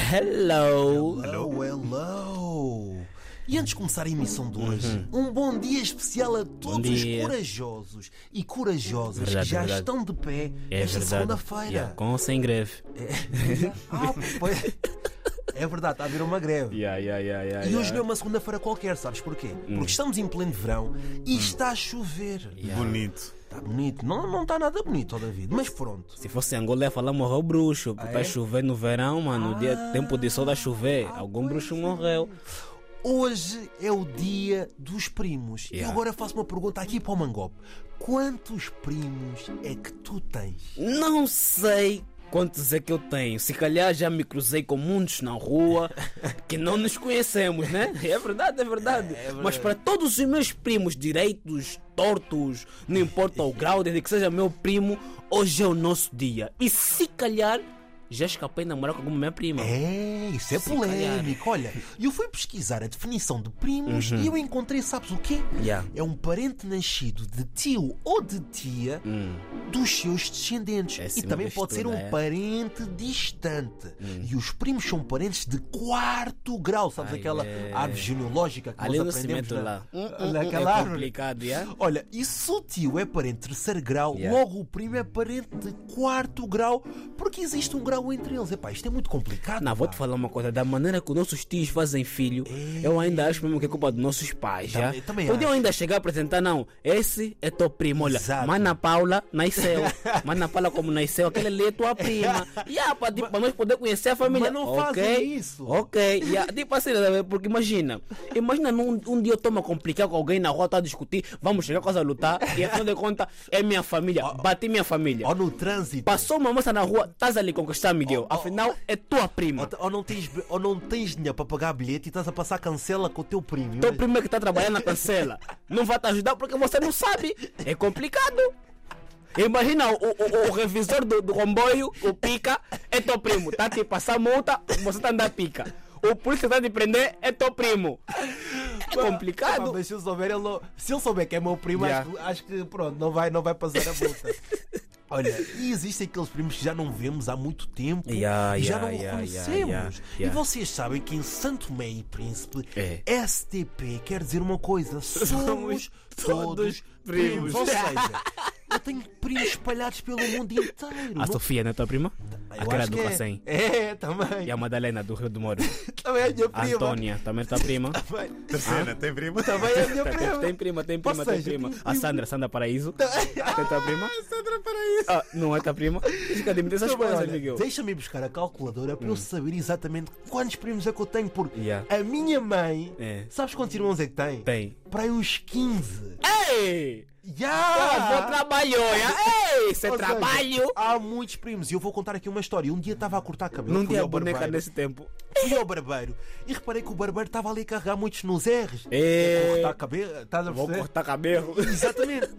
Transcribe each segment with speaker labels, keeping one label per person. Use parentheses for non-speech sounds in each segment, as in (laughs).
Speaker 1: Hello!
Speaker 2: Hello, hello! E antes de começar a emissão de hoje, um bom dia especial a todos os
Speaker 1: Uhum. dia.
Speaker 2: corajosos e corajosas
Speaker 1: Verdade,
Speaker 2: que já
Speaker 1: verdade.
Speaker 2: estão de pé
Speaker 1: É
Speaker 2: esta
Speaker 1: verdade. Yeah,
Speaker 2: segunda-feira.
Speaker 1: com ou sem greve.
Speaker 2: Ah, foi- é verdade, está a haver uma greve.
Speaker 1: Yeah, yeah, yeah, yeah,
Speaker 2: E hoje
Speaker 1: yeah. Hum.
Speaker 2: não é uma segunda-feira qualquer, sabes porquê? Porque estamos em pleno verão e está a chover.
Speaker 1: Yeah.
Speaker 3: Bonito.
Speaker 2: Está bonito. Não, não está nada bonito, ó David, mas pronto.
Speaker 1: Se fosse em Angola, ia falar morreu o bruxo. Porque
Speaker 2: Ah,
Speaker 1: está
Speaker 2: é? Ah.
Speaker 1: chovendo no verão, mano. o dia, tempo de sol a chover. Algum
Speaker 2: é.
Speaker 1: bruxo morreu.
Speaker 2: Hoje é o dia dos primos. E
Speaker 1: Yeah.
Speaker 2: agora faço uma pergunta aqui para o Mangope. Quantos primos é que tu tens?
Speaker 1: Não sei quantos é que eu tenho. Se calhar já me cruzei com muitos na rua que não nos conhecemos, né? É verdade, é verdade. Mas para todos os meus primos, direitos, tortos, não importa o grau, desde que seja meu primo, hoje é o nosso dia. E se calhar já escapei a namorar com alguma minha prima.
Speaker 2: É, isso é
Speaker 1: Se
Speaker 2: polémico. Olha, eu fui pesquisar a definição de primos e eu encontrei, sabes o quê?
Speaker 1: Uhum. Yeah.
Speaker 2: É um parente nascido de tio ou de tia
Speaker 1: Hum.
Speaker 2: dos seus descendentes.
Speaker 1: Essa
Speaker 2: e também
Speaker 1: mistura,
Speaker 2: pode ser um
Speaker 1: é? Hum.
Speaker 2: parente distante. E os primos são parentes de quarto grau. Sabes
Speaker 1: Ai,
Speaker 2: aquela
Speaker 1: é.
Speaker 2: árvore genealógica que
Speaker 1: Ali no
Speaker 2: nós aprendemos
Speaker 1: cimento
Speaker 2: na- Hum,
Speaker 1: lá.
Speaker 2: naquela
Speaker 1: é
Speaker 2: árvore?
Speaker 1: complicado, yeah?
Speaker 2: Olha, e se o tio é parente de terceiro grau,
Speaker 1: Yeah.
Speaker 2: logo o primo é parente de quarto grau, porque existe um grau entre eles. Epá, isto é muito complicado.
Speaker 1: Ah, Não, vou te
Speaker 2: pá.
Speaker 1: falar uma coisa, da maneira que os nossos tios fazem filho, eu ainda acho mesmo que é culpa dos nossos pais. Já?
Speaker 2: Também- também
Speaker 1: Podiam
Speaker 2: acho.
Speaker 1: ainda chegar a apresentar, não, esse é teu primo, olha,
Speaker 2: Exato.
Speaker 1: Mana Paula nasceu, Mana Paula como nasceu, aquele ali é tua prima. E yeah, para tipo, pra nós poder conhecer a família.
Speaker 2: Mas não
Speaker 1: Ok,
Speaker 2: fazem isso.
Speaker 1: Ok, yeah. tipo assim, né, velho? porque imagina, imagina num, um dia eu tomo a complicar com alguém na rua, tá a discutir, vamos chegar quase a lutar, e afinal de contas é minha família, bati minha família.
Speaker 2: Ou no trânsito.
Speaker 1: Passou uma moça na rua, estás ali conquistar, Miguel. Afinal, é tua prima.
Speaker 2: Ou, t- ou não tens, bi- ou não tens dinheiro para pagar bilhete e estás a passar cancela com o teu primo.
Speaker 1: Então o primeiro que está trabalhando na cancela não vai te ajudar porque você não sabe. É complicado. Imagina o, o- o- o revisor do, do comboio, o pica, é teu primo. Está a te passar multa, você está a andar pica. O polícia está a te prender, é teu primo. É
Speaker 2: Epá,
Speaker 1: complicado.
Speaker 2: mas se eu souber, ele não- se ele souber que é meu primo,
Speaker 1: Yeah.
Speaker 2: acho, que, acho que, pronto, não vai, não vai passar a
Speaker 1: (laughs)
Speaker 2: multa. Olha, e existem aqueles primos que já não vemos há muito tempo
Speaker 1: Yeah,
Speaker 2: e já
Speaker 1: yeah,
Speaker 2: não
Speaker 1: yeah,
Speaker 2: reconhecemos.
Speaker 1: yeah,
Speaker 2: E
Speaker 1: yeah.
Speaker 2: vocês sabem que em Santo Tomé e Príncipe,
Speaker 1: É.
Speaker 2: STP quer dizer uma
Speaker 1: (laughs)
Speaker 2: coisa: somos todos
Speaker 1: todos
Speaker 2: primos.
Speaker 1: primos. (laughs)
Speaker 2: Ou seja, eu tenho primos espalhados pelo mundo inteiro.
Speaker 1: A Sofia não é tua prima?
Speaker 2: Eu
Speaker 1: A cara
Speaker 2: acho
Speaker 1: do
Speaker 2: que é.
Speaker 1: Cacém.
Speaker 2: É, também.
Speaker 1: E a Madalena do Rio de
Speaker 2: (laughs)
Speaker 1: Moro.
Speaker 2: Também é minha
Speaker 1: A
Speaker 2: prima.
Speaker 1: Antônia também é tua
Speaker 2: (laughs)
Speaker 1: prima.
Speaker 2: Também,
Speaker 3: Terceira, tem prima?
Speaker 2: também é minha
Speaker 1: Tem-
Speaker 2: prima.
Speaker 1: Tem prima, tem
Speaker 2: Ou
Speaker 1: prima, tem
Speaker 2: seja,
Speaker 1: prima.
Speaker 2: tem
Speaker 1: A Sandra, Sandra
Speaker 2: (laughs)
Speaker 1: Paraíso. É tua prima?
Speaker 3: Sandra Paraíso.
Speaker 1: Ah, não é tua prima? Cadê-me dessas
Speaker 2: Mas
Speaker 1: coisas,
Speaker 2: olha,
Speaker 1: Miguel? Hum.
Speaker 2: Deixa-me ir buscar a calculadora para eu saber exatamente quantos primos é que eu tenho, porque
Speaker 1: Yeah.
Speaker 2: a minha mãe,
Speaker 1: É.
Speaker 2: sabes quantos irmãos é que tem?
Speaker 1: Tem.
Speaker 2: Para aí uns 15.
Speaker 1: Ei!
Speaker 2: Yeah!
Speaker 1: Ah, vou trabalhar, é? Ei, isso é
Speaker 2: Ou seja,
Speaker 1: trabalho!
Speaker 2: Há muitos primos e eu vou contar aqui uma história. Um dia estava a cortar cabelo.
Speaker 1: Não
Speaker 2: fui
Speaker 1: tinha
Speaker 2: ao
Speaker 1: boneca
Speaker 2: barbeiro,
Speaker 1: nesse tempo.
Speaker 2: Fui ao barbeiro e reparei que o barbeiro estava ali a carregar muitos nos R's.
Speaker 1: É.
Speaker 2: Cortar cabelo, estás a
Speaker 1: Vou
Speaker 2: perceber?
Speaker 1: cortar cabelo.
Speaker 2: Exatamente.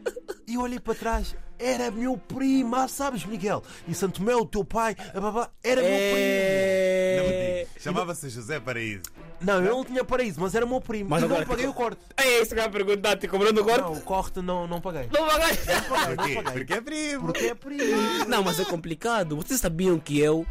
Speaker 2: E eu olhei para trás, era meu primo, ah, sabes, Miguel? Em Santo Tomé, o teu pai, a babá, era meu primo.
Speaker 3: Não
Speaker 1: É...
Speaker 3: me digo. Chamava-se José Paraíso.
Speaker 2: Não, eu não tinha paraíso, mas era meu primo.
Speaker 1: Mas
Speaker 2: e
Speaker 1: agora
Speaker 2: não paguei
Speaker 1: que-
Speaker 2: o corte.
Speaker 1: É isso que eu ia perguntar, te cobrando o corpo?
Speaker 2: Não, o corte não, não paguei.
Speaker 1: Não vai ganhar.
Speaker 3: Por quê?
Speaker 2: paguei.
Speaker 3: Porque é primo.
Speaker 2: Porque é primo.
Speaker 1: Não, mas é complicado. Vocês sabiam que
Speaker 2: (laughs)
Speaker 1: eu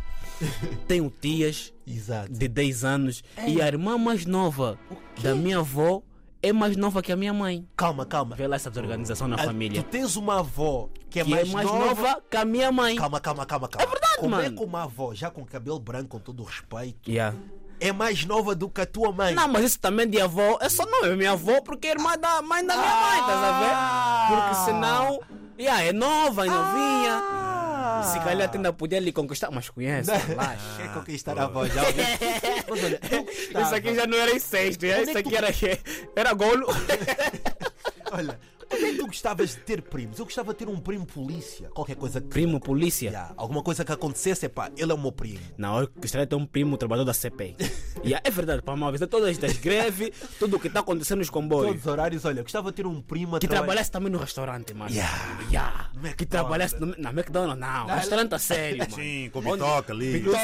Speaker 1: tenho tias
Speaker 2: Exato.
Speaker 1: de 10 anos
Speaker 2: É.
Speaker 1: e a irmã mais nova da minha avó é mais nova que a minha mãe.
Speaker 2: Calma, calma.
Speaker 1: Vê lá essa desorganização na
Speaker 2: Ah,
Speaker 1: família.
Speaker 2: Tu tens uma avó que é,
Speaker 1: Que
Speaker 2: mais,
Speaker 1: é mais nova, que a minha mãe.
Speaker 2: Calma, calma, calma, calma. É
Speaker 1: verdade,
Speaker 2: Como é
Speaker 1: mano.
Speaker 2: que uma avó, já com cabelo branco, com todo o respeito,
Speaker 1: Yeah.
Speaker 2: é mais nova do que a tua mãe?
Speaker 1: Não, mas isso também de avó é só não, é minha avó porque é irmã da mãe da minha mãe, estás
Speaker 2: Ah!
Speaker 1: a ver? Porque senão, yeah, é nova, é novinha.
Speaker 2: Ah.
Speaker 1: Se calhar até ainda podia lhe conquistar, mas conhece,
Speaker 2: (laughs)
Speaker 1: relaxa.
Speaker 2: Quer conquistar a avó já? ouvi. Mas olha, eu
Speaker 1: (laughs)
Speaker 2: gostava.
Speaker 1: Isso aqui já não era incesto, é?
Speaker 2: Onde é
Speaker 1: isso
Speaker 2: que tu-
Speaker 1: aqui era, era golo.
Speaker 2: Olha, onde é que tu gostavas de ter primos? Eu gostava de ter um primo polícia. Qualquer coisa que.
Speaker 1: (laughs) Primo, polícia.
Speaker 2: Yeah, alguma coisa que acontecesse, pá, ele é o meu primo.
Speaker 1: Na hora que gostaria de ter um primo trabalhador da CPI. (laughs) yeah, é verdade, para me avisar todas as greves, tudo o que está acontecendo nos comboios.
Speaker 2: Todos os horários, olha, eu gostava de ter um primo a
Speaker 1: Que
Speaker 2: trabalhar-
Speaker 1: trabalhasse também no restaurante, mano.
Speaker 2: Yeah.
Speaker 1: Yeah. Que
Speaker 2: McDonald's.
Speaker 1: trabalhasse no. Não, McDonald's não. Restaurante a (laughs) sério, mano.
Speaker 3: Sim, com bitoca
Speaker 1: (laughs)
Speaker 3: ali.
Speaker 1: Bitoca.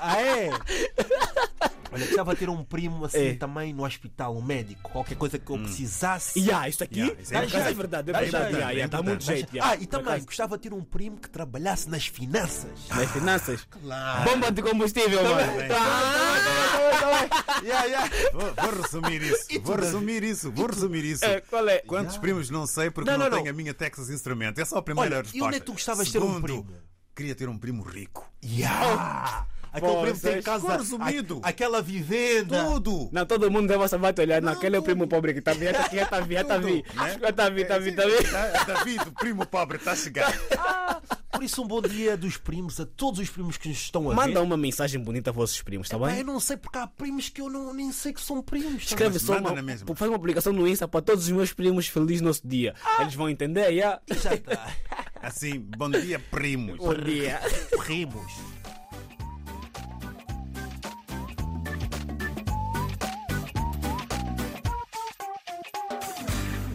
Speaker 2: Ah, é? Ah, Olha, precisava ter um primo assim
Speaker 1: É. Hum.
Speaker 2: também no hospital, um médico, qualquer coisa que eu precisasse.
Speaker 1: Yeah, isto aqui
Speaker 3: Yeah, isso é
Speaker 1: por acaso
Speaker 2: importante.
Speaker 1: é verdade, é
Speaker 2: Dá
Speaker 1: verdade.
Speaker 2: jeito,
Speaker 1: yeah,
Speaker 3: é
Speaker 1: yeah, Dá
Speaker 3: importante. tá
Speaker 1: muito jeito.
Speaker 2: Ah,
Speaker 1: yeah.
Speaker 2: e
Speaker 1: Por
Speaker 2: também
Speaker 1: acaso,
Speaker 2: gostava de ter um primo que trabalhasse nas finanças.
Speaker 1: (laughs) Nas finanças.
Speaker 2: Claro.
Speaker 1: Bomba de combustível, mano.
Speaker 3: Ah. Tá bem. tá Vou, vou resumir isso. Vou resumir isso. Vou resumir isso.
Speaker 1: É, qual é?
Speaker 3: Quantos primos não sei porque
Speaker 2: Não,
Speaker 3: não,
Speaker 2: não, não.
Speaker 3: tenho a minha Texas Instrumento. É só a primeira
Speaker 2: Olha, e
Speaker 3: resposta.
Speaker 2: onde é que tu gostavas de ter um
Speaker 3: Segundo,
Speaker 2: primo?
Speaker 3: Queria ter um primo rico.
Speaker 2: Yeah. Aquele
Speaker 1: Bom, é
Speaker 2: primo que tem
Speaker 1: vocês-
Speaker 2: casa.
Speaker 3: Ficou resumido.
Speaker 2: a- aquela vivenda.
Speaker 3: Tudo.
Speaker 1: Não, todo mundo deve vai te olhar. Não, aquele é o primo pobre que está vindo. Já está vindo, já está
Speaker 2: tá
Speaker 3: Tudo,
Speaker 1: vindo.
Speaker 3: né?
Speaker 1: Já está vindo, está vindo, está vindo.
Speaker 3: Da- David, o Tá, primo pobre, tá está a
Speaker 2: (laughs)
Speaker 3: chegar.
Speaker 2: Por isso, um bom dia dos primos, a todos os primos que nos
Speaker 3: é.
Speaker 2: estão a
Speaker 1: Manda
Speaker 2: ver.
Speaker 1: uma mensagem bonita a vossos primos, está
Speaker 2: Pá, eu
Speaker 1: bem?
Speaker 2: não sei porque há primos que eu não, nem sei que são primos. tá
Speaker 1: Escreve
Speaker 3: Mas
Speaker 1: só
Speaker 3: manda
Speaker 1: uma,
Speaker 3: na mesma.
Speaker 1: pu- faz uma publicação no Insta para todos os meus primos. Feliz nosso dia.
Speaker 3: Ah.
Speaker 1: Eles vão entender, yeah?
Speaker 2: tá.
Speaker 1: (laughs)
Speaker 2: bem? Já está.
Speaker 3: Assim, bom dia, primos.
Speaker 1: Bom dia.
Speaker 2: Primos.